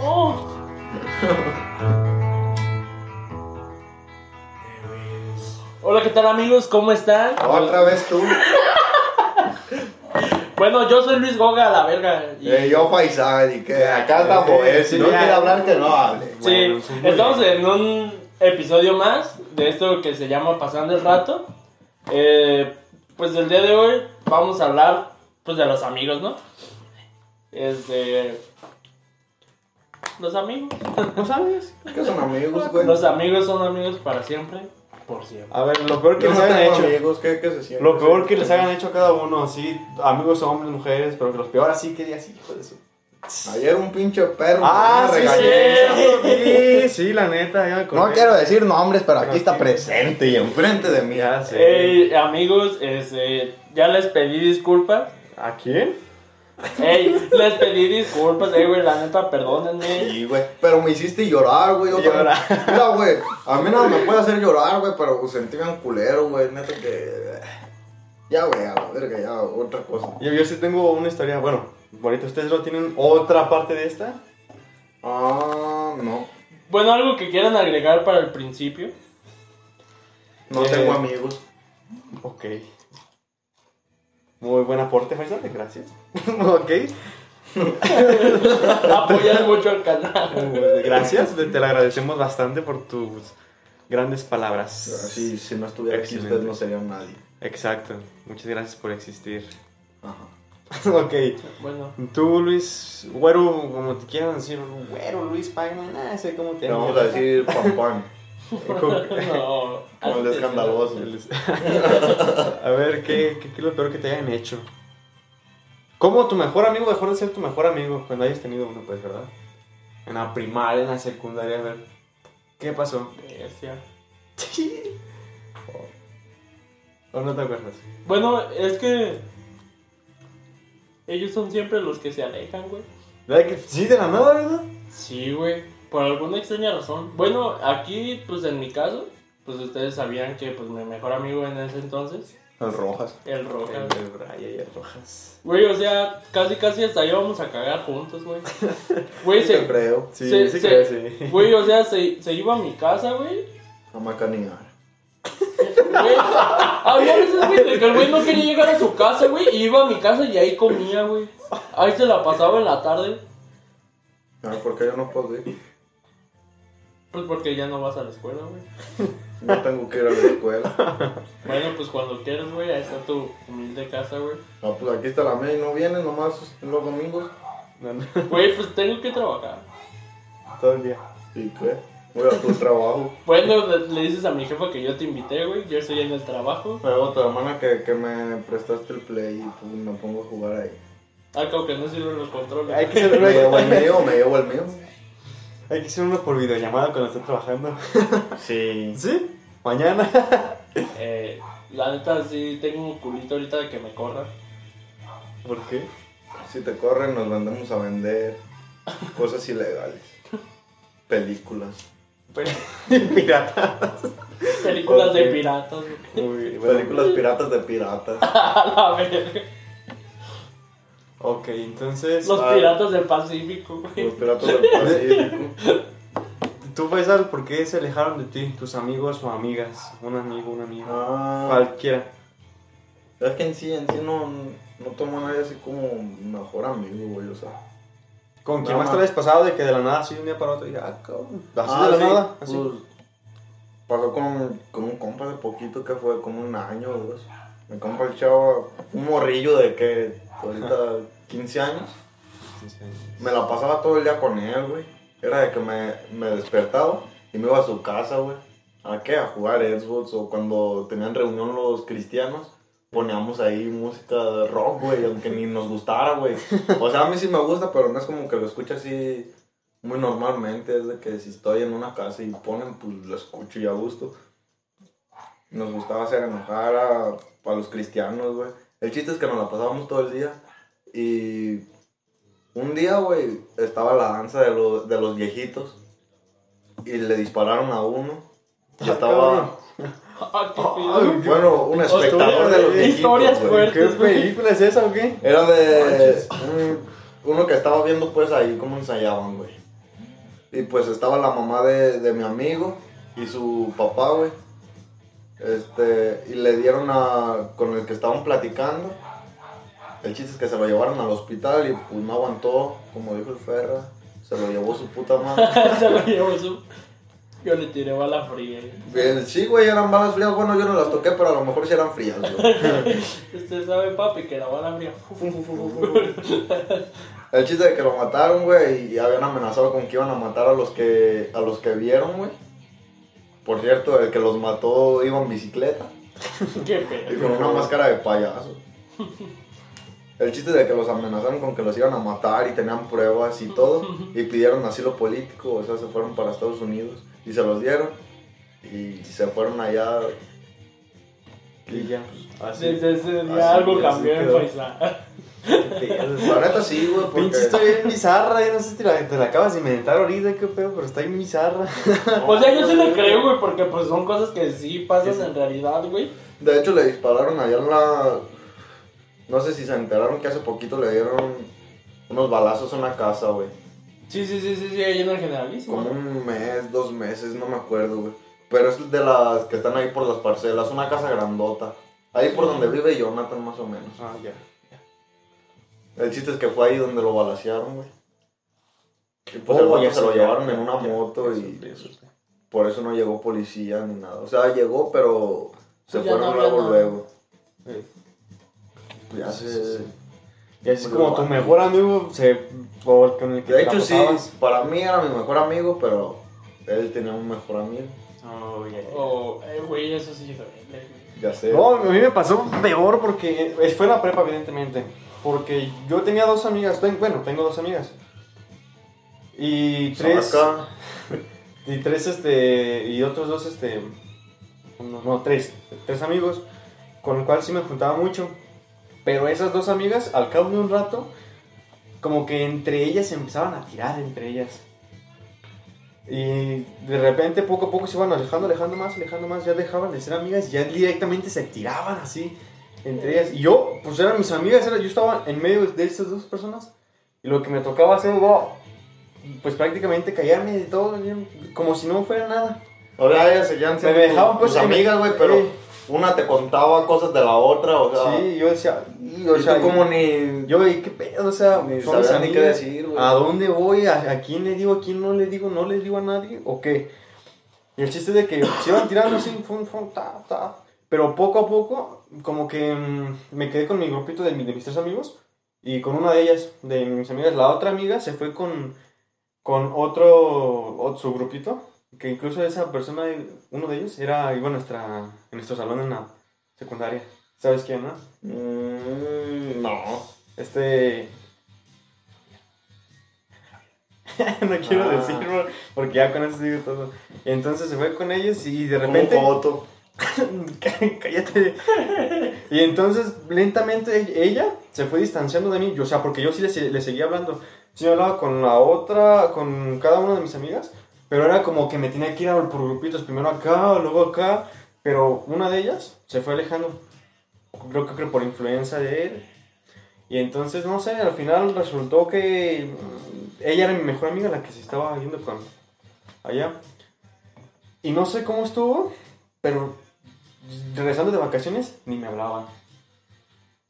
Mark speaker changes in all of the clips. Speaker 1: Oh. ¿qué tal amigos? ¿Cómo están?
Speaker 2: Otra vez tú.
Speaker 1: Bueno, yo soy Luis Goga, la verga. y-
Speaker 2: Eh, yo Faisal y que acá estamos. eh, si no
Speaker 3: ya.
Speaker 2: quiere hablar, que no hable.
Speaker 1: sí,
Speaker 3: Bueno, muy
Speaker 1: estamos
Speaker 3: bien.
Speaker 1: en un episodio más de esto que se llama Pasando el Rato. Eh, pues el día de hoy vamos a hablar pues de los amigos, ¿no? Este... Los amigos.
Speaker 3: ¿No sabes?
Speaker 2: ¿Qué son amigos, güey?
Speaker 1: Los amigos son amigos para siempre, por siempre.
Speaker 3: A ver, lo peor que
Speaker 2: Yo
Speaker 3: les
Speaker 2: no
Speaker 3: hayan
Speaker 2: tengo
Speaker 3: hecho.
Speaker 2: amigos, ¿qué, qué se siente?
Speaker 3: Lo peor que les hayan hecho a cada uno, así, amigos hombres, mujeres, pero que los peor así que así, hijo de su.
Speaker 2: Ayer un pinche perro.
Speaker 3: Ah,
Speaker 2: me
Speaker 3: sí,
Speaker 2: regañó.
Speaker 3: sí, sí, sí, la neta, ya me acordé.
Speaker 4: No quiero decir nombres, pero aquí
Speaker 3: Aquí.
Speaker 4: está presente y
Speaker 2: Enfrente
Speaker 4: enfrente.
Speaker 2: de mí.
Speaker 3: Ya sé.
Speaker 1: Ey, amigos, este, ya les pedí disculpas.
Speaker 3: ¿A quién?
Speaker 1: Ey, les pedí disculpas, ey, güey, la neta, perdónenme.
Speaker 2: Sí, güey. Pero me hiciste llorar, güey. otra vez.
Speaker 3: Llorar.
Speaker 2: Mira, güey. A mí no me puede hacer llorar, güey. Pero sentí bien culero, güey. Neta que. Ya, güey, a la verga, ya, otra cosa.
Speaker 3: Yo, yo sí tengo una historia, bueno, bonito, ¿ustedes no tienen otra parte de esta?
Speaker 2: Ah, no.
Speaker 1: Bueno, algo que quieran agregar para el principio.
Speaker 2: No
Speaker 3: Eh.
Speaker 2: tengo amigos.
Speaker 3: Ok. Muy buen aporte, Faisal, gracias. ok.
Speaker 1: Apoyar mucho al canal.
Speaker 3: Gracias, te, te la agradecemos bastante por tus grandes palabras.
Speaker 2: Sí, si no estuviera aquí,
Speaker 3: Excelente.
Speaker 2: ustedes no serían nadie.
Speaker 3: Exacto, muchas gracias por existir.
Speaker 2: Ajá.
Speaker 3: ok.
Speaker 1: Bueno,
Speaker 3: Tú, Luis, güero, como te quieran decir, güero, Luis Pac-Man, ah, sé cómo te
Speaker 2: Le vamos a decir pam pam.
Speaker 1: no.
Speaker 2: Como el de escandaloso.
Speaker 3: A ver, ¿qué, qué, qué es lo peor que te hayan hecho? ¿Cómo tu mejor amigo dejó de ser tu mejor amigo cuando hayas tenido uno, pues, verdad? En la primaria, en la secundaria, a ver, ¿qué pasó?
Speaker 1: Bestia.
Speaker 3: ¿O no te acuerdas?
Speaker 1: Bueno, es que. Ellos son siempre los que se alejan, güey.
Speaker 3: ¿Verdad que sí, de la nada, verdad?
Speaker 1: Sí, güey. Por alguna extraña razón. Bueno, aquí, pues en mi caso, pues ustedes sabían que pues mi mejor amigo en ese entonces,
Speaker 4: El Rojas.
Speaker 1: el Roca.
Speaker 3: El de Brian y el Rojas.
Speaker 1: Güey, o sea, casi casi hasta íbamos a cagar juntos, güey. Güey,
Speaker 2: Te
Speaker 1: se.
Speaker 2: creo.
Speaker 3: Sí,
Speaker 1: se-
Speaker 3: sí,
Speaker 1: se-
Speaker 3: creo, sí.
Speaker 1: Güey, o sea, se, se iba a mi casa, güey.
Speaker 2: A macanear.
Speaker 1: Güey, ah, había veces, güey, de que el güey no quería llegar a su casa, güey, y iba a mi casa y ahí comía, güey. Ahí se la pasaba en la tarde,
Speaker 2: A ver, ¿por qué yo no puedo ir?
Speaker 1: pues porque ya no vas a la escuela, güey.
Speaker 2: No tengo que ir a la escuela.
Speaker 1: Bueno, pues cuando quieras, güey, ahí está tu humilde casa, güey.
Speaker 2: No, pues aquí está la mía y no viene nomás los domingos.
Speaker 3: No, no,
Speaker 1: Güey, pues tengo que trabajar.
Speaker 3: todo el día.
Speaker 2: ¿Y qué? Voy a tu trabajo.
Speaker 1: Bueno, le, le dices a mi jefa que yo te invité, güey, yo estoy en el trabajo.
Speaker 2: Me hago tu hermana que, que me prestaste el play y pues, me pongo a jugar ahí.
Speaker 1: Algo que no sirven los
Speaker 3: Hay
Speaker 1: controles.
Speaker 3: que ser
Speaker 2: Me llevo el mío, me llevo el mío.
Speaker 3: Hay que hacer uno por videollamada cuando estén trabajando.
Speaker 2: Sí.
Speaker 3: ¿Sí? Mañana.
Speaker 1: Eh, la neta, sí, tengo un culito ahorita de que me corra.
Speaker 3: ¿Por qué?
Speaker 2: Si te corren, nos mandamos a vender cosas ilegales. Películas.
Speaker 3: Pirata.
Speaker 1: Películas de
Speaker 2: Ok.
Speaker 1: piratas, güey.
Speaker 3: Muy bien, bueno.
Speaker 2: Películas piratas de piratas.
Speaker 1: A la verga.
Speaker 3: Ok, entonces.
Speaker 1: Los
Speaker 3: ah,
Speaker 1: piratas del Pacífico, güey.
Speaker 2: Los piratas del Pacífico.
Speaker 3: Tú, Faisal, ¿por qué se alejaron de ti? Tus amigos o amigas. Un amigo, una amiga.
Speaker 2: Ah,
Speaker 3: Cualquiera.
Speaker 2: Es que en sí, en sí no, no tomo a nadie así como mejor amigo, güey, o sea.
Speaker 3: ¿Con
Speaker 2: Nada
Speaker 3: quién más
Speaker 2: más.
Speaker 3: te habías pasado de que de la nada, así de un día para otro, y ah, cabrón. Así
Speaker 2: Ah,
Speaker 3: de la
Speaker 2: sí,
Speaker 3: nada,
Speaker 2: pues,
Speaker 3: así.
Speaker 2: pasó con, con un compa de poquito que fue como un año o dos. Mi compa el chavo, un morrillo de que ahorita 15 años. Me la pasaba todo el día con él, güey. Era de que me, me despertaba y me iba a su casa, güey. ¿A qué? A jugar Xbox o cuando tenían reunión los cristianos. Poníamos ahí música de rock, güey, aunque ni nos gustara, güey. O sea, a mí sí me gusta, pero no es como que lo escucho así muy normalmente. Es de que si estoy en una casa y ponen, pues lo escucho y a gusto. Nos gustaba hacer enojar a, a los cristianos, güey. El chiste es que nos la pasábamos todo el día. Y un día, güey, estaba la danza de, lo- de los viejitos. Y le dispararon a uno. Y
Speaker 3: Ah, cabrón.
Speaker 2: estaba.
Speaker 1: Ah, qué
Speaker 3: Ay,
Speaker 1: pedo.
Speaker 2: Bueno, un
Speaker 1: Hostia,
Speaker 2: espectador de los
Speaker 3: güey.
Speaker 2: viejitos.
Speaker 1: Historias
Speaker 2: güey.
Speaker 1: fuertes.
Speaker 3: ¿Qué película es esa o qué?
Speaker 2: Era de un- uno que estaba viendo pues ahí cómo ensayaban, güey. Y pues estaba la mamá de, de mi amigo y su papá, güey. Este, y le dieron a. con el que estaban platicando. El chiste es que se lo llevaron al hospital y pues no aguantó, como dijo el Ferra. Se lo llevó su puta madre.
Speaker 1: Se lo llevó su. Yo le tiré bala fría.
Speaker 2: Bien, sí, güey, eran balas frías. Bueno, yo no las toqué, pero a lo mejor sí eran frías, güey.
Speaker 1: Usted Este, sabe, papi, que la bala fría. fu, fu, fu, fu, fu, fu.
Speaker 2: El chiste de que lo mataron, güey, y habían amenazado con que iban a matar a los que, a los que vieron, güey. Por cierto, el que los mató iba en bicicleta
Speaker 1: Qué
Speaker 2: y
Speaker 1: pedo.
Speaker 2: con una máscara de payaso. El chiste de que los amenazaron con que los iban a matar y tenían pruebas y todo, y pidieron asilo político, o sea, se fueron para Estados Unidos y se los dieron y se fueron allá.
Speaker 3: Y ya. Así.
Speaker 1: Desde ese
Speaker 2: Así,
Speaker 1: día algo
Speaker 2: así
Speaker 1: cambió en
Speaker 2: quedó.
Speaker 1: Paisa.
Speaker 2: La neta sí, güey, porque...
Speaker 3: Pinche historia bien bizarra, yo no sé si la- te la acabas de inventar ahorita, qué pedo, pero está bien bizarra.
Speaker 1: O sea, Pues yo sí le creo, güey, porque pues son cosas que sí pasan en realidad, güey.
Speaker 2: De hecho, le dispararon allá en la. No sé si se enteraron que hace poquito le dieron unos balazos a una casa, güey.
Speaker 1: Sí, sí, sí, sí, sí, ahí en el generalísimo.
Speaker 2: Como un mes, dos meses, no me acuerdo, güey. Pero es de las que están ahí por las parcelas, una casa grandota. Ahí por donde vive Jonathan, más o menos.
Speaker 3: Ah, ya.
Speaker 2: El chiste es que fue ahí donde lo balacearon, güey. Y pues
Speaker 3: Oh,
Speaker 2: el vato
Speaker 3: ya
Speaker 2: se lo
Speaker 3: sé,
Speaker 2: llevaron
Speaker 3: ya,
Speaker 2: en una
Speaker 3: ya,
Speaker 2: moto
Speaker 3: ya
Speaker 2: y
Speaker 3: supe, ya supe.
Speaker 2: por eso no llegó policía ni nada. O sea, llegó, pero se
Speaker 1: Pues ya
Speaker 2: fueron
Speaker 1: no había
Speaker 2: luego,
Speaker 1: nada.
Speaker 2: luego.
Speaker 3: Sí.
Speaker 2: Pues ya se.
Speaker 3: Y así
Speaker 2: Muy
Speaker 3: como tu
Speaker 2: guapo.
Speaker 3: mejor amigo se o con el que
Speaker 2: De
Speaker 3: te la
Speaker 2: hecho, sí,
Speaker 3: pasabas.
Speaker 2: para mí era mi mejor amigo, pero él tenía un mejor amigo.
Speaker 3: Oh, ya, ya.
Speaker 1: O, eh, güey, eso sí duele, güey.
Speaker 2: Ya sé.
Speaker 3: Eh, No, a mí me pasó peor porque eh, fue en la prepa, evidentemente. Porque yo tenía dos amigas, ten- bueno, tengo dos amigas. Y tres.
Speaker 2: Acá,
Speaker 3: Y tres, este. Y otros dos, este. No, no, tres. Tres amigos. Con el cual sí me juntaba mucho. Pero esas dos amigas, al cabo de un rato, como que entre ellas se empezaban a tirar entre ellas. Y de repente, poco a poco se iban alejando, alejando más, alejando más. Ya dejaban de ser amigas, ya directamente se tiraban así entre ellas. Y yo, pues eran mis amigas, era- yo estaba en medio de esas dos personas. Y lo que me tocaba hacer, wow, pues prácticamente callarme de todo, como si no fuera nada.
Speaker 2: o sea, ellas seguían siendo
Speaker 3: Me dejaban,
Speaker 2: tus-
Speaker 3: pues,
Speaker 2: tus
Speaker 3: que me-
Speaker 2: amigas, güey, pero
Speaker 3: eh.
Speaker 2: una te contaba cosas de la otra, o sea.
Speaker 3: Sí, yo decía, y,
Speaker 2: y
Speaker 3: o
Speaker 2: tú
Speaker 3: sea,
Speaker 2: como ni.
Speaker 3: yo, Ah. y qué pedo, o sea,
Speaker 2: Ni
Speaker 3: son mis
Speaker 2: sabía ni qué
Speaker 3: amigas,
Speaker 2: decir, güey.
Speaker 3: ¿A dónde voy? ¿A, a quién le digo? ¿A quién no le digo? ¿No le digo a nadie? ¿O qué? Y el chiste es de que se iban tirando así, fun, fun, ta, ta. Pero poco a poco, como que mm, me quedé con mi grupito de, mi- de mis tres amigos y con una de ellas, de mis amigas. La otra amiga se fue con, con otro, ot- su grupito, que incluso esa persona, uno de ellos, era, iba a nuestra, en nuestro salón en la secundaria. ¿Sabes quién, no?
Speaker 2: Mm, no.
Speaker 3: Este. no quiero
Speaker 2: Ah.
Speaker 3: decirlo porque ya con eso digo todo. Entonces se fue con ellos y de
Speaker 2: Como
Speaker 3: repente.
Speaker 2: foto.
Speaker 3: Cállate. Y entonces lentamente ella se fue distanciando de mí. yo- O sea, porque yo sí le, se- le seguía hablando. Sí, yo hablaba con la otra, con cada una de mis amigas. Pero era como que me tenía que ir a- por grupitos. Primero acá, luego acá. Pero una de ellas se fue alejando. Creo que creo por influencia de él. Y entonces, no sé, al final resultó que mm, ella era mi mejor amiga, la que se estaba yendo con allá. Y no sé cómo estuvo, pero regresando de vacaciones ni me hablaban.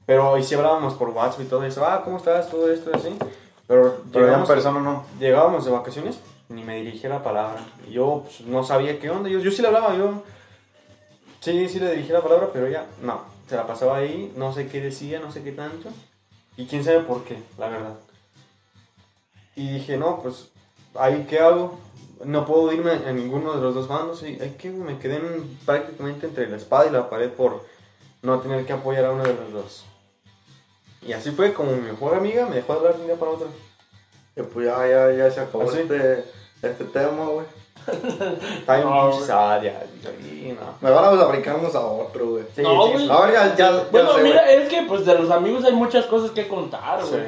Speaker 3: Pero y sí hablábamos por WhatsApp y todo eso, ah, ¿cómo estás? Todo esto y así. Pero,
Speaker 2: Pero ya en
Speaker 3: llegamos-
Speaker 2: persona no.
Speaker 3: llegábamos de vacaciones, ni me dirigía la palabra. Yo pues, no sabía qué onda. Yo, yo sí le hablaba, yo. Sí, sí le dirigía la palabra, pero ella no. Se la pasaba ahí, no sé qué decía, no sé qué tanto. Y quién sabe por qué, la verdad. Y dije, no, pues, ¿ahí qué hago? No puedo irme a ninguno de los dos bandos. Y hay que me quedé en- prácticamente entre la espada y la pared por no tener que apoyar a uno de los dos. Y así fue como mi mejor amiga me dejó hablar de un día para otro.
Speaker 2: Que pues ya, ya, ya se acabó
Speaker 3: ¿Ah, sí?
Speaker 2: este, este tema, güey.
Speaker 3: Está bien
Speaker 1: No,
Speaker 3: pinche sad, ya, y no.
Speaker 2: Mejor vamos a brincarnos a otro, güey.
Speaker 3: Sí,
Speaker 1: No,
Speaker 3: sí,
Speaker 1: güey.
Speaker 2: Ahora ya, ya, ya
Speaker 1: Bueno,
Speaker 2: sé,
Speaker 1: mira,
Speaker 2: güey.
Speaker 1: es que pues de los amigos hay muchas cosas que contar,
Speaker 3: sí.
Speaker 1: güey.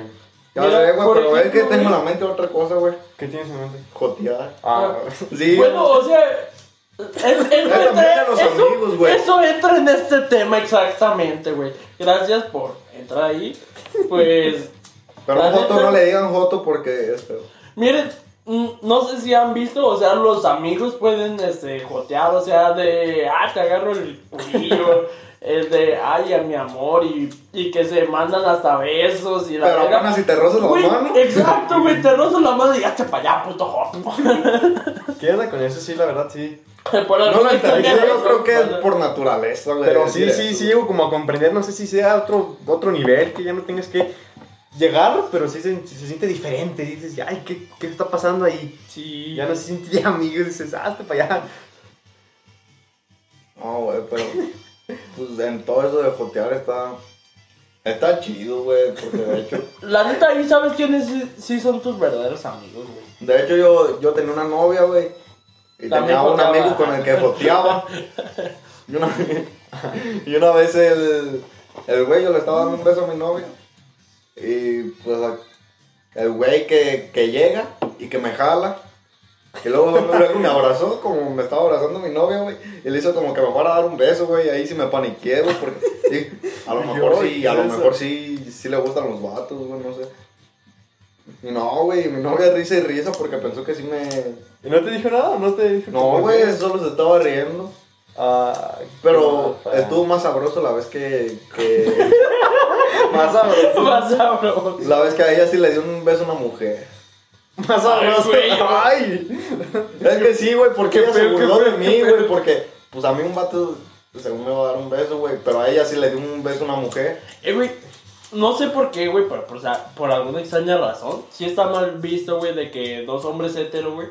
Speaker 2: Ya
Speaker 1: mira,
Speaker 2: sé, güey,
Speaker 1: por
Speaker 2: pero es que
Speaker 1: ejemplo,
Speaker 2: tengo en
Speaker 1: güey.
Speaker 2: la mente otra cosa, güey.
Speaker 3: ¿Qué tienes en mente?
Speaker 2: Jotear.
Speaker 3: Ah,
Speaker 2: Sí.
Speaker 1: Bueno, o sea. es- es-
Speaker 2: también
Speaker 1: entra-
Speaker 2: a los
Speaker 1: eso,
Speaker 2: amigos, güey.
Speaker 1: eso entra en este tema exactamente, güey. Gracias por entrar ahí. Pues,
Speaker 2: Pero
Speaker 1: La
Speaker 2: Joto
Speaker 1: neta-
Speaker 2: no le digan Joto porque es feo.
Speaker 1: miren, mm, no sé si han visto, o sea, los amigos pueden este, jotear, o sea, de, ah, te agarro el culillo, el de, ay, a mi amor, y, y que se mandan hasta besos y la eh,
Speaker 4: Pero
Speaker 1: verga.
Speaker 4: apenas si te rozas
Speaker 1: Güey,
Speaker 4: la mano.
Speaker 1: Exacto, güey, te rozo la mano y hazte para allá, puto jopo.
Speaker 3: ¿Qué onda con eso? Sí, la verdad, sí.
Speaker 4: No lo entendí, yo creo que es por naturaleza, güey.
Speaker 3: Pero sí,
Speaker 4: decir
Speaker 3: sí,
Speaker 4: eso.
Speaker 3: sí, llego como a comprender, no sé si sea otro, otro nivel, que ya no tengas que llegar, pero sí se, se siente diferente, dices, ay, ¿qué, qué está pasando ahí?
Speaker 1: Sí.
Speaker 3: Y ya no se siente de amigos, dices, ah, hasta para allá.
Speaker 2: No, güey, pero. Pues en todo eso de jotear está. Está chido, güey, porque de hecho.
Speaker 1: La neta, ahí sabes quiénes sí, sí son tus verdaderos amigos, güey.
Speaker 2: De hecho, yo, yo tenía una novia, güey. Y
Speaker 1: También
Speaker 2: tenía un
Speaker 1: joteaba.
Speaker 2: amigo con el que joteaba. Y una, y una vez el, el güey, yo le estaba dando un beso a mi novia. Y pues el güey que, que llega y que me jala. Y luego, luego me abrazó como me estaba abrazando mi novia, güey. Y le hizo como que me fuera a dar un beso, güey. Ahí sí me paniqué, güey. Porque dije, a lo
Speaker 3: Yo
Speaker 2: mejor
Speaker 3: sí
Speaker 2: sí, a lo
Speaker 3: quiero eso.
Speaker 2: mejor sí, sí le gustan los vatos, güey, no sé. Y no, güey, mi novia risa y risa porque pensó que sí me...
Speaker 3: ¿Y no te dijo nada? ¿No te Ah, dijo
Speaker 2: No, güey, solo se estaba riendo. Pero estuvo más sabroso la vez que... que-
Speaker 3: más sabroso.
Speaker 1: Más sabroso.
Speaker 2: la vez que a ella sí le dio un beso a una mujer.
Speaker 3: Más sabroso.
Speaker 1: güey, yo-
Speaker 3: Ay.
Speaker 2: Es que sí, güey, porque
Speaker 3: Qué
Speaker 2: ella se
Speaker 3: feo, qué
Speaker 2: burló
Speaker 3: feo,
Speaker 2: de
Speaker 3: qué
Speaker 2: mí,
Speaker 3: feo.
Speaker 2: güey, porque... Pues a mí un vato, según me va a dar un beso, güey, pero a ella sí le dio un beso a una mujer.
Speaker 1: Eh, güey, no sé por qué, güey, pero, o sea, por alguna extraña razón, sí está mal visto, güey, de que dos hombres hetero, güey,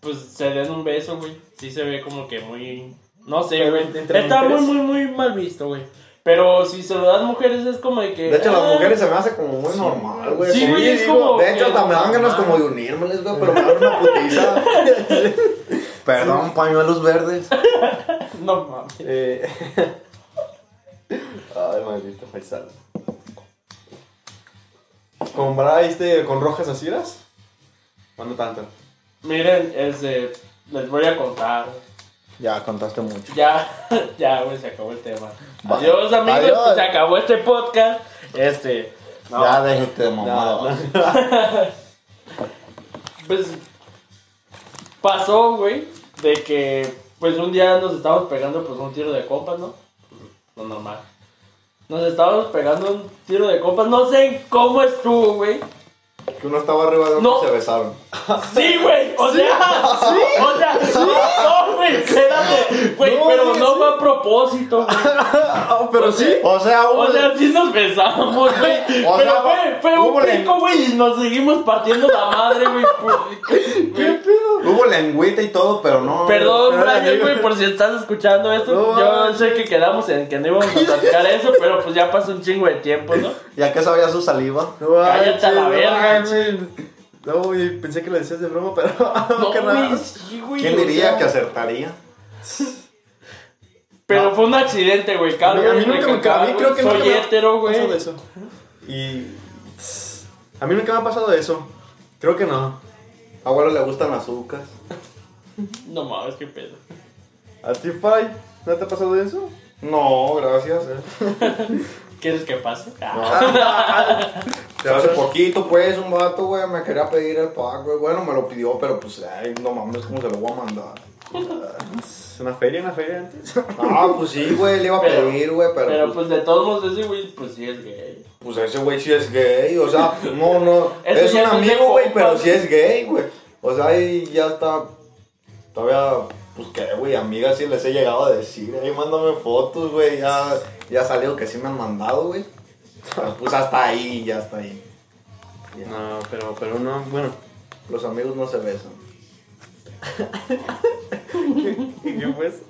Speaker 1: pues se den un beso, güey. Sí se ve como que muy. No sé,
Speaker 3: Pero
Speaker 1: güey.
Speaker 3: entre
Speaker 1: Está muy,
Speaker 3: mujeres.
Speaker 1: muy, muy mal visto, güey. Pero si se lo dan mujeres es como de que.
Speaker 2: De hecho,
Speaker 1: ah,
Speaker 2: las mujeres se me hace como muy normal, güey.
Speaker 1: Sí, güey, es
Speaker 2: digo,
Speaker 1: como
Speaker 2: De hecho,
Speaker 1: que-
Speaker 2: hasta me dan ganas como de unírmeles, güey, pero me dan una putiza.
Speaker 4: Perdón, pañuelos verdes.
Speaker 1: No mames.
Speaker 3: Eh, Ay, maldito Faisal. ¿Compraste con rojas asiras? ¿O no tanto?
Speaker 1: Miren, este. Les voy a contar.
Speaker 4: Ya contaste mucho.
Speaker 1: Ya, ya, güey, se acabó el tema.
Speaker 4: Va.
Speaker 1: Adiós, amigos.
Speaker 4: Adiós.
Speaker 1: pues, se acabó este podcast. Este. No,
Speaker 4: Ya déjate de mamada.
Speaker 3: No, no.
Speaker 1: Pues pasó, güey, de que pues un día nos estábamos pegando pues un tiro de compas, ¿no? No normal. Nos estábamos pegando un tiro de compas, no sé cómo estuvo, güey.
Speaker 2: Que uno estaba arriba de otro
Speaker 1: No.
Speaker 2: y se besaron.
Speaker 1: Sí, güey, o sea, sí, o sea, no, güey, espérate, güey,
Speaker 3: No,
Speaker 1: pero
Speaker 3: sí,
Speaker 1: no
Speaker 3: sí.
Speaker 1: fue a propósito, güey.
Speaker 3: Ah, pero sí.
Speaker 4: O sea,
Speaker 1: O
Speaker 4: güey.
Speaker 1: sea, sí nos besamos, güey.
Speaker 4: O
Speaker 1: Pero
Speaker 4: sea,
Speaker 1: fue, fue un
Speaker 4: hubo le-
Speaker 1: pico, güey, y nos seguimos partiendo la madre, güey. pues, güey.
Speaker 4: Hubo lengüita y todo, pero no.
Speaker 1: Perdón,
Speaker 3: Pero,
Speaker 1: Brian,
Speaker 3: amigo.
Speaker 1: güey, por si estás escuchando esto.
Speaker 3: No,
Speaker 1: yo
Speaker 3: ay.
Speaker 1: sé que quedamos en que no íbamos a platicar eso, pero pues ya pasó un chingo de tiempo, ¿no?
Speaker 4: Ya que sabía su saliva.
Speaker 3: No,
Speaker 1: Cállate a la
Speaker 3: manches, no,
Speaker 1: verga.
Speaker 3: manches. No, güey, pensé que lo decías de broma, pero.
Speaker 1: No,
Speaker 3: qué raro.
Speaker 1: güey, sí, güey,
Speaker 4: ¿Quién
Speaker 1: o sea,
Speaker 4: diría que acertaría?
Speaker 1: Pero fue un accidente, güey.
Speaker 3: A mí,
Speaker 1: cabe
Speaker 3: a mí nunca me
Speaker 1: recalcar,
Speaker 3: a mí creo que
Speaker 1: güey,
Speaker 3: nunca
Speaker 1: Soy
Speaker 3: me ha
Speaker 1: hétero, güey.
Speaker 3: pasado eso. Y. A mí nunca me ha pasado eso. Creo que no.
Speaker 2: A Abuelo le gustan las azúcares.
Speaker 1: No mames, qué pedo.
Speaker 3: ¿A ti, Fai? ¿No te ha pasado eso?
Speaker 2: No, gracias.
Speaker 1: ¿Quieres que pase? Ah.
Speaker 2: Te hace poquito, pues, un vato, güey, me quería pedir el pack, güey. Bueno, me lo pidió, pero pues, ay, no mames, ¿cómo se lo voy a mandar?
Speaker 3: ¿Una feria, una feria antes?
Speaker 2: Ah, pues sí, güey, le iba a
Speaker 1: Pero-
Speaker 2: pedir, güey, pero,
Speaker 1: Pero
Speaker 2: pues,
Speaker 1: pues de todos modos, ese güey, pues sí es gay.
Speaker 2: pues, ese güey sí es gay, o sea, pues, no, no,
Speaker 1: Eso
Speaker 2: es
Speaker 1: ya
Speaker 2: un
Speaker 1: no es de
Speaker 2: amigo, güey, pero
Speaker 1: compas.
Speaker 2: sí es gay, güey. O sea, ahí ya está, todavía, pues, qué, güey, amigas sí les he llegado a decir, ahí mándame fotos, güey, ya, ya salió que sí me han mandado, güey. Pero, Pues hasta ahí, ya hasta ahí.
Speaker 3: No, pero, pero no, bueno.
Speaker 2: Los amigos no se besan.
Speaker 3: ¿Y qué pues?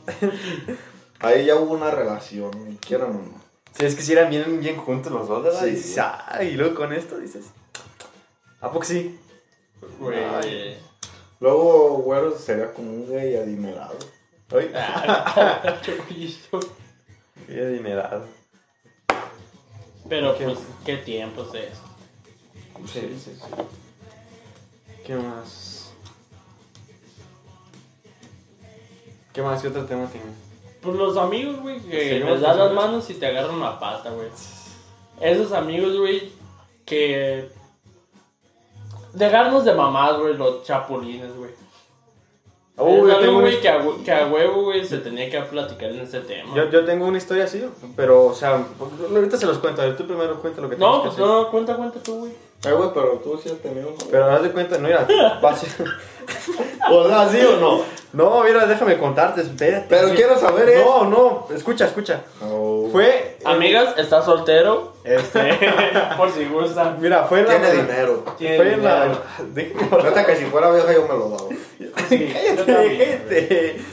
Speaker 2: Ahí ya hubo una relación, quieran o no.
Speaker 3: Si es que si eran bien, bien juntos los dos, ¿verdad?
Speaker 2: Sí.
Speaker 3: Y dices, "Ah", y luego con esto dices. ¿A poco sí?
Speaker 1: Güey.
Speaker 3: Ay.
Speaker 2: Luego, güero sería como un gay adinerado.
Speaker 3: Ay,
Speaker 1: Ah, güey, yo-
Speaker 3: qué adinerado.
Speaker 1: Pero
Speaker 3: ¿Qué?
Speaker 1: pues, qué tiempos es.
Speaker 3: Sí, sí, sí. ¿Qué más? ¿Qué más? ¿Qué otro tema tienes?
Speaker 1: Pues los amigos, güey, que
Speaker 3: Sí,
Speaker 1: les das las
Speaker 3: güey.
Speaker 1: manos y te agarran la pata, güey. Esos amigos, güey, que dejarnos de mamás, güey, los chapulines, güey. es
Speaker 3: Uh, yo,
Speaker 1: algo,
Speaker 3: tengo una,
Speaker 1: güey, que a, hue- que a huevo, güey, se tenía que platicar en ese tema.
Speaker 3: yo, yo tengo una historia así, pero, o sea, ahorita se los cuento. A ver, tú primero cuenta lo que tienes
Speaker 1: no,
Speaker 3: que
Speaker 1: pues
Speaker 3: hacer.
Speaker 1: no, cuenta, cuenta tú, güey.
Speaker 2: Eh, güey, pero tú sí has tenido una.
Speaker 3: Pero haz de cuenta, no, mira, vas-
Speaker 2: O sea, ¿sí o no?
Speaker 3: No, mira, déjame contarte, espérate.
Speaker 2: Pero
Speaker 3: güey.
Speaker 2: quiero saber, eh. Oh.
Speaker 3: No, no, escucha, escucha.
Speaker 2: No.
Speaker 3: Fue... en-
Speaker 1: Amigas, está soltero. Este, por si gusta.
Speaker 3: Mira, fue en la...
Speaker 2: Tiene dinero.
Speaker 1: Tiene
Speaker 3: Fue en la...
Speaker 1: dinero.
Speaker 3: Déjame-
Speaker 2: Neta que si fuera vieja yo me lo daba.
Speaker 1: Sí, yo
Speaker 3: Cállate,
Speaker 1: también.
Speaker 3: gente.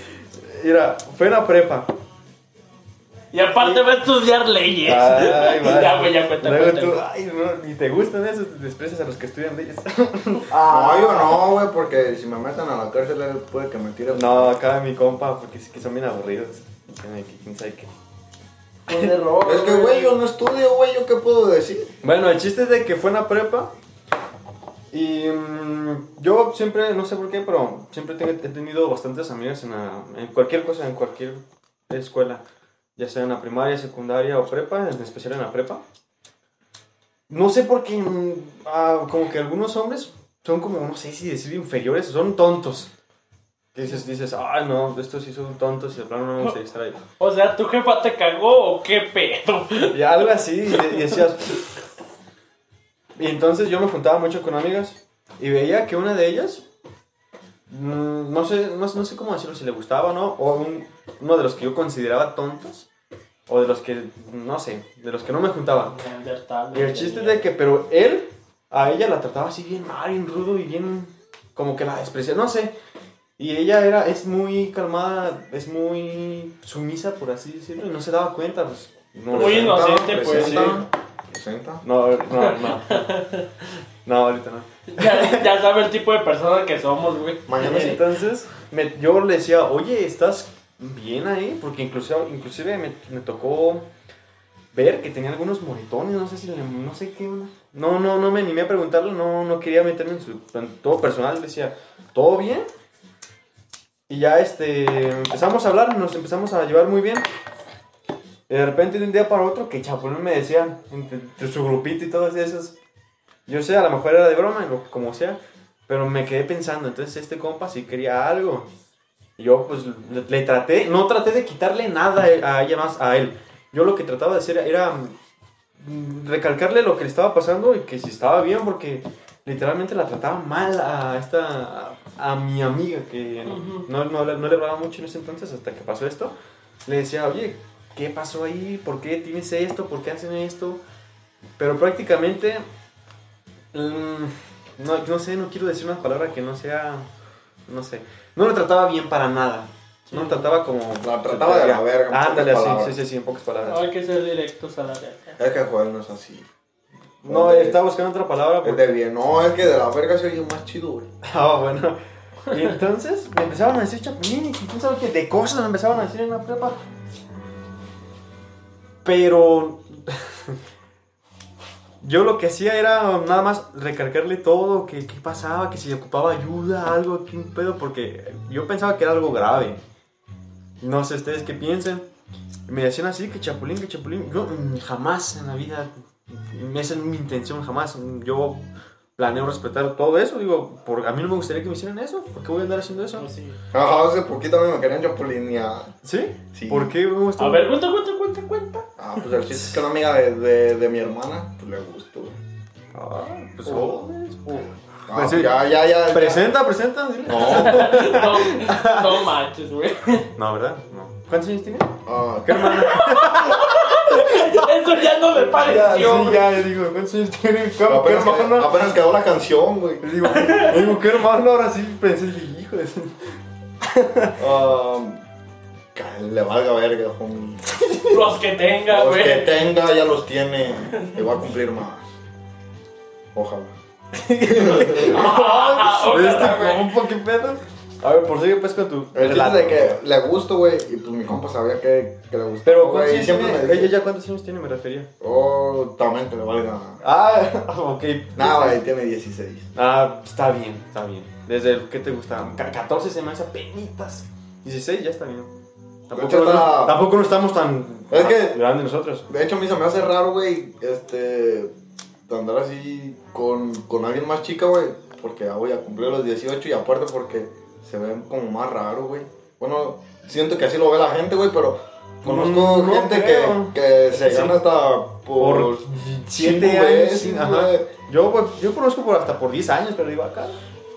Speaker 3: Mira, fue en la prepa.
Speaker 1: Y aparte va a estudiar leyes.
Speaker 3: Ay, vale.
Speaker 1: ya, güey, ya cuenta,
Speaker 3: Luego
Speaker 1: cuenta.
Speaker 3: tú,
Speaker 1: güey.
Speaker 3: ay, no, ni te gustan esos, te desprecias a los que estudian leyes. Ah.
Speaker 2: no, yo no, güey, porque si me meten a la cárcel él puede que me tire.
Speaker 3: no, acá mi compa, porque sí que son bien aburridos. Tiene que- quién sabe qué.
Speaker 1: Ponle rojo,
Speaker 2: Es que, güey, yo no estudio, güey, ¿yo qué puedo decir?
Speaker 3: Bueno, el chiste es de que fue en la prepa. Y mm, yo siempre, no sé por qué, pero siempre te- he tenido bastantes amigas en, la- en cualquier cosa, en cualquier escuela. Ya sea en la primaria, secundaria o prepa, en especial en la prepa. No sé por qué, mm, ah, como que algunos hombres son como, no sé si decir inferiores, son tontos. Que dices, dices, ah, no, estos sí son tontos y de plano no se distrae.
Speaker 1: O sea, ¿tu jefa te cagó o qué pedo?
Speaker 3: Y algo así, y, y decías. Y entonces yo me juntaba mucho con amigas y veía que una de ellas, mm, no sé, no, no sé cómo decirlo, si le gustaba o no, o un- uno de los que yo consideraba tontos, o de los que, no sé, de los que no me juntaba.
Speaker 1: Neandertal,
Speaker 3: Y el chiste es de que, pero él, a ella la trataba así bien mal, bien rudo y bien, como que la despreciaba, no sé. Y ella era, es muy calmada, es muy sumisa, por así decirlo, y no se daba cuenta, pues. No,
Speaker 1: Muy
Speaker 3: no.
Speaker 2: Presenta,
Speaker 1: inocente, pues,
Speaker 2: presenta, Presenta.
Speaker 3: No, no, no. No, ahorita no.
Speaker 1: Ya, ya sabe el tipo de persona que somos, güey.
Speaker 2: Mañana sí.
Speaker 3: Entonces, me- yo le decía, oye, ¿estás bien ahí? Porque inclusive, inclusive me, me tocó ver que tenía algunos moretones, no sé si le- no sé qué onda. No, no, no me animé a preguntarle, no, no quería meterme en su en todo personal, le decía, ¿todo bien? Y ya este empezamos a hablar, nos empezamos a llevar muy bien. Y de repente de un día para otro que Chapulín me decía, entre, entre su grupito y todas esas. Yo sé, a lo mejor era de broma, lo- como sea. Pero me quedé pensando, entonces este compa sí quería algo. Y Yo pues le, le traté, no traté de quitarle nada a ella más, a él. Yo lo que trataba de hacer era mm, recalcarle lo que le estaba pasando y que si estaba bien porque literalmente la trataba mal a esta, a, a mi amiga que
Speaker 1: Ujú.
Speaker 3: no, no, habla- no le hablaba mucho en ese entonces hasta que pasó esto. Le decía, oye, ¿qué pasó ahí? ¿Por qué tienes esto? ¿Por qué hacen esto? Pero prácticamente Mm, No, no sé, no quiero decir una palabra que no sea. No sé. No lo trataba bien para nada. No lo trataba como.
Speaker 2: La trataba de la verga, en pocas
Speaker 3: Ándale, así,
Speaker 2: palabras.
Speaker 3: sí, sí, sí, en pocas palabras.
Speaker 1: Eh, Hay que ser directos a la verga.
Speaker 2: Es que Joel no es así.
Speaker 3: No,
Speaker 2: Joel
Speaker 3: estaba buscando otra palabra.
Speaker 2: Es
Speaker 3: porque-
Speaker 2: de bien. No, es que de la verga se oye más chido, güey.
Speaker 3: Ah, bueno. Y entonces me empezaban a decir chapulín y quién sabe qué de cosas me empezaban a decir en la prepa. Pero yo lo que hacía era nada más recargarle todo, que qué pasaba, que si ocupaba ayuda, algo, que un pedo, porque yo pensaba que era algo grave. No sé ustedes qué piensen. Me decían así, que chapulín, que chapulín. Yo mm, jamás en la vida, mm, esa es mi intención, jamás. Mm, Yo planeo respetar todo eso. Digo, por, a mí no me gustaría que me hicieran eso. ¿Por qué voy a andar haciendo eso?
Speaker 1: Pues sí.
Speaker 2: Ajá, hace poquito a mí me querían chapulinear.
Speaker 3: ¿Sí?
Speaker 2: Sí.
Speaker 3: ¿Por qué me gusta?
Speaker 1: A ver, cuenta, cuenta, cuenta, cuenta.
Speaker 2: Ah, pues el chiste es que una amiga de, de, de mi hermana, pues le gustó, güey.
Speaker 3: Ah, pues,
Speaker 2: Oh.
Speaker 3: oh.
Speaker 2: Ah,
Speaker 3: Pues sí.
Speaker 2: Ya, ya, ya. ya.
Speaker 3: Presenta, presenta. dile.
Speaker 2: No.
Speaker 1: No, no manches, güey.
Speaker 3: No, ¿verdad? No. ¿Cuántos años tiene?
Speaker 2: Ah,
Speaker 3: ¿Qué hermana?
Speaker 1: Eso ya no me
Speaker 3: Ya, sí,
Speaker 1: pareció, güey.
Speaker 3: ya, digo, ¿cuántos años tiene? ¿Qué, qué
Speaker 2: apenas,
Speaker 3: hermana?
Speaker 2: quedó, apenas quedó la canción, güey.
Speaker 3: Digo, digo, ¿qué hermano? Ahora sí pensé, dije, hijo de su-
Speaker 2: Um, que le valga verga, homie.
Speaker 1: Los que tenga,
Speaker 2: Los que
Speaker 1: güey.
Speaker 2: tenga ya los tiene. Y va a cumplir más. Ojalá.
Speaker 1: Ah, ojalá,
Speaker 3: Este
Speaker 1: güey.
Speaker 3: compa, qué pedo. A ver, por sigue pues con tu
Speaker 2: El chiste es
Speaker 3: relato.
Speaker 2: de que le gusto, güey. Y pues mi compa sabía que, que le gustaba.
Speaker 3: Pero
Speaker 2: güey.
Speaker 3: ¿cuántos
Speaker 2: y
Speaker 3: años
Speaker 2: Siempre
Speaker 3: tiene?
Speaker 2: me
Speaker 3: Ella
Speaker 2: dice.
Speaker 3: ya cuántos años tiene, me refería.
Speaker 2: Oh, también que le valga.
Speaker 3: Ah, ok.
Speaker 2: Nada, güey, tiene 16.
Speaker 3: Ah, está bien, está bien. Desde el que te gustaba, Ca- 14 se me hace penitas. 16 ya está bien. Tampoco,
Speaker 2: hecho, está-
Speaker 3: no, tampoco no estamos tan
Speaker 2: Es que-
Speaker 3: grandes nosotros.
Speaker 2: De hecho, a mí se me hace raro, güey, este. Andar así con, con alguien más chica, güey. porque ya voy a cumplir los 18 y aparte porque se ven como más raros, güey. Bueno, siento que así lo ve la gente, güey, pero conozco
Speaker 3: Mm, no
Speaker 2: gente que,
Speaker 3: creo.
Speaker 2: que se
Speaker 3: Sí.
Speaker 2: gana hasta por
Speaker 3: Por 7
Speaker 2: cinco
Speaker 3: años.
Speaker 2: veces,
Speaker 3: sí,
Speaker 2: güey.
Speaker 3: ajá. Yo, pues, yo conozco por hasta por 10 años, pero digo acá.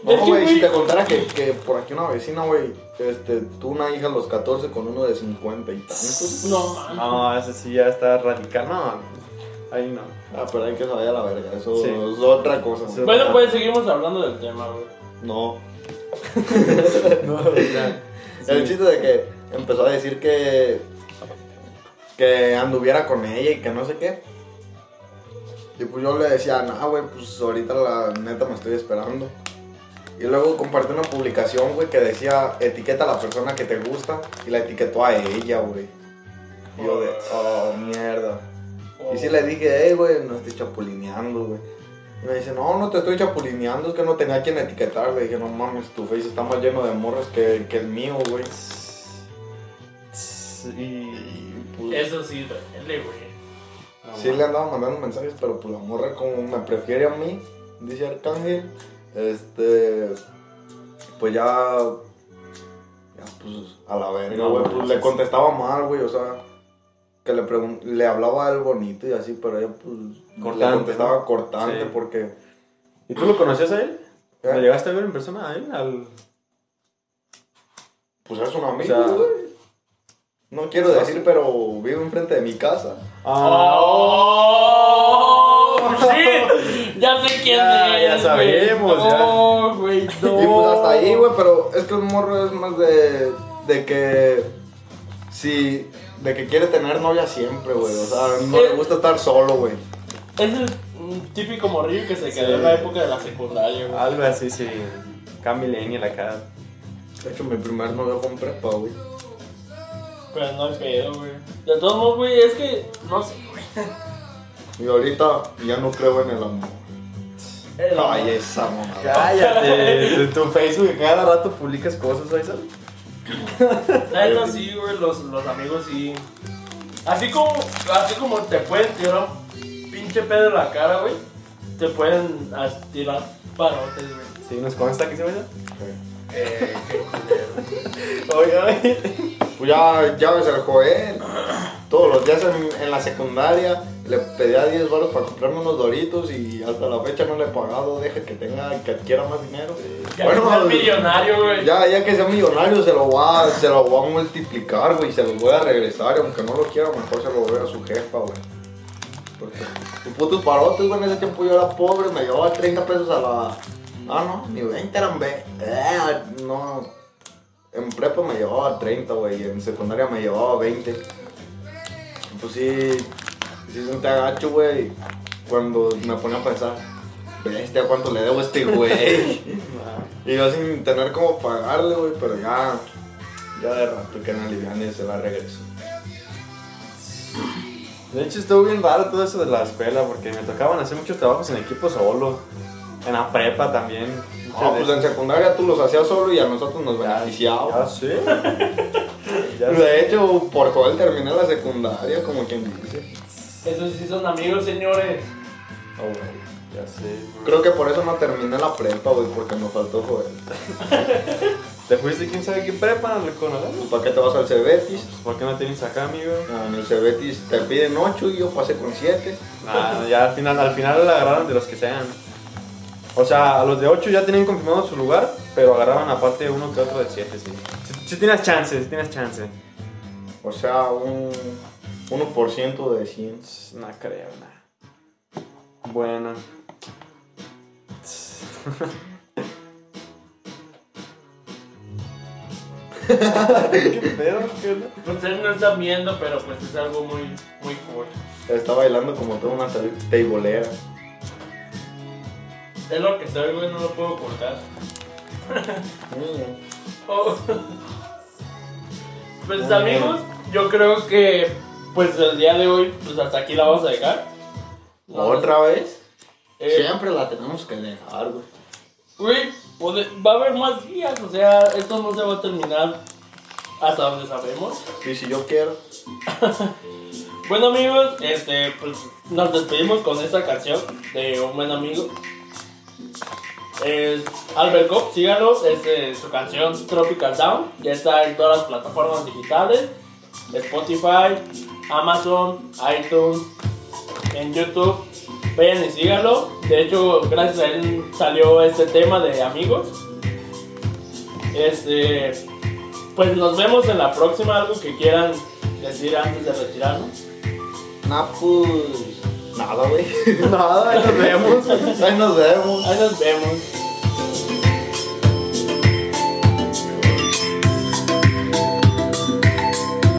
Speaker 2: No,
Speaker 1: Es que,
Speaker 2: güey, si
Speaker 1: güey-
Speaker 2: te contara que, que por aquí una vecina, güey, este, tuvo una hija a los 14 con uno de 50 y tantos.
Speaker 1: No mames.
Speaker 3: No, ese sí ya está radical. No, ahí no.
Speaker 2: Ah, pero hay que saber a la verga, eso
Speaker 3: Sí.
Speaker 2: es otra cosa.
Speaker 3: Sí.
Speaker 1: Bueno, pues seguimos hablando del tema, güey.
Speaker 2: No.
Speaker 3: No, o sea,
Speaker 2: El chiste de que empezó a decir que que anduviera con ella y que no sé qué. Y pues yo le decía, no, güey, pues ahorita la neta me estoy esperando. Y luego compartí una publicación, güey, que decía, etiqueta a la persona que te gusta. Y la etiquetó a ella, güey. Y yo de, oh, mierda. Y sí le dije, hey, güey, no estoy chapulineando, güey. Y me dice, no, no te estoy chapulineando, es que no tenía quien etiquetar. Le dije, no mames, tu face está más lleno de morras que, que el mío, güey.
Speaker 3: Y.
Speaker 2: Y, pues,
Speaker 1: Eso sí, duele, güey.
Speaker 2: Sí le andaba mandando mensajes, pero pues la morra como me prefiere a mí, dice Arcángel, este, pues ya, ya pues a la verga,
Speaker 3: No,
Speaker 2: güey,
Speaker 3: no,
Speaker 2: pues
Speaker 3: sí,
Speaker 2: le
Speaker 3: sí.
Speaker 2: contestaba mal, güey, o sea, que le, pregun- le hablaba a él bonito y así, pero ella pues le
Speaker 3: Cortante,
Speaker 2: contestaba
Speaker 3: ¿no?
Speaker 2: cortante
Speaker 3: Sí.
Speaker 2: porque,
Speaker 3: ¿Y tú lo conocías a él? ¿Lo
Speaker 2: ¿Eh?
Speaker 3: llegaste a ver en persona a él? Al...
Speaker 2: pues es un
Speaker 3: O
Speaker 2: amigo,
Speaker 3: sea-
Speaker 2: güey. No quiero decir, pero vive enfrente de mi casa.
Speaker 3: Ah,
Speaker 1: ¡Oh! ¡Sí! Ya sé quién
Speaker 3: Ya,
Speaker 1: es.
Speaker 3: ya sabemos,
Speaker 1: güey.
Speaker 3: ya.
Speaker 1: No, güey, no.
Speaker 2: Y pues hasta ahí, güey, pero es que el morro es más de, de que. Sí, de que quiere tener novia siempre, güey. O sea, no
Speaker 1: Eh.
Speaker 2: le gusta estar solo, güey.
Speaker 1: Es el mm, típico morrillo que se quedó
Speaker 3: Sí. Ah.
Speaker 1: en la época de la secundaria, güey.
Speaker 3: Algo así, sí. Acá millennial, acá.
Speaker 2: De hecho, mi primer novio fue en prepa, güey.
Speaker 1: Pero no hay pedo, güey. De todos modos, güey, es que, no sé, güey.
Speaker 2: Y ahorita ya no creo en el amor.
Speaker 1: El amor.
Speaker 2: Ay, esa mamada.
Speaker 3: Cállate. tu, tu Facebook cada rato publicas cosas, ¿sabes?
Speaker 1: La neta sí, güey, los, los amigos sí. Así como, así como te pueden tirar un pinche pedo en la cara, güey, te pueden as- tirar parotes, güey.
Speaker 3: Sí, nos consta que se vaya.
Speaker 1: Eh, qué culero.
Speaker 3: Obviamente.
Speaker 2: Pues ya, ya ves el Joel. Todos los días en, en la secundaria le pedía 10 baros para comprarme unos doritos y hasta la fecha no le he pagado. Deja que tenga, que adquiera más dinero. pues,
Speaker 1: Que al final millonario, güey.
Speaker 2: Ya, ya que sea millonario, se lo va, se lo va a multiplicar, güey. Se lo voy a regresar. Y aunque no lo quiera, mejor se lo doy a su jefa, güey. Porque sus putos parotes, güey. En ese tiempo yo era pobre, me llevaba 30 pesos a la. Ah, no, ni 20 eran ve. eh, no. En prepa me llevaba 30, güey. Y en secundaria me llevaba 20. Pues sí. Sí sentía gacho, güey. Cuando me ponía a pensar, bestia, ¿cuánto le debo a este güey? Y yo sin tener cómo pagarle, güey, pero ya. Ya de rato que no aliviane se la regreso.
Speaker 3: De hecho, estuvo bien raro todo eso de la escuela porque me tocaban hacer muchos trabajos en equipo solo. En la prepa también.
Speaker 2: No, pues en secundaria tú los hacías solo y a nosotros nos
Speaker 3: Ya
Speaker 2: beneficiaba.
Speaker 3: sé. Ya sé.
Speaker 2: De hecho, por joder terminé la secundaria, como quien dice.
Speaker 1: Esos sí son amigos, señores.
Speaker 2: Ah, güey.
Speaker 3: Ya sé. güey.
Speaker 2: Creo que por eso no terminé la prepa, güey, porque nos faltó joder.
Speaker 3: Te fuiste quién sabe qué prepa, no recuerdo.
Speaker 2: ¿Para qué te vas al Cebetis?
Speaker 3: ¿Por qué no te vienes acá, amigo?
Speaker 2: Ah, En el Cebetis te piden 8 y yo pasé con 7.
Speaker 3: Nah, ya al final, al final la agarraron de los que sean. O sea, a los de 8 ya tenían confirmado su lugar, pero agarraban aparte uno que otro de 7, sí. Si, tienes chance, si tienes chance.
Speaker 2: O sea, un 1% de 100.
Speaker 3: No creo, nah. Bueno. ¿Qué pedo? ¿Qué
Speaker 1: Ustedes Pues no están viendo, pero pues es algo muy, muy cool.
Speaker 2: Está bailando como toda una tab- teibolera.
Speaker 1: Es lo que soy, güey, no lo puedo ocultar.
Speaker 2: Mm.
Speaker 1: Oh. Pues amigos, yo creo que pues el día de hoy, pues hasta aquí la vamos a dejar.
Speaker 2: ¿Otra vez?
Speaker 1: Eh,
Speaker 2: Siempre la tenemos que dejar, güey.
Speaker 1: Güey, pues, va a haber más días, o sea, esto no se va a terminar hasta donde sabemos.
Speaker 2: Y si yo quiero.
Speaker 1: Bueno amigos, este, pues nos despedimos con esta canción de un buen amigo. Es Albert Cop, síganos, es eh, su canción Tropical Sound. Ya está en todas las plataformas digitales: Spotify, Amazon, iTunes, en YouTube. Vayan y síganlo. De hecho, gracias a él salió este tema de amigos. Este. Pues nos vemos en la próxima. Algo que quieran decir antes de retirarnos.
Speaker 2: Nah, pues. Nada, güey.
Speaker 3: Nada, nos vemos.
Speaker 2: Ahí nos vemos.
Speaker 1: Ahí nos vemos.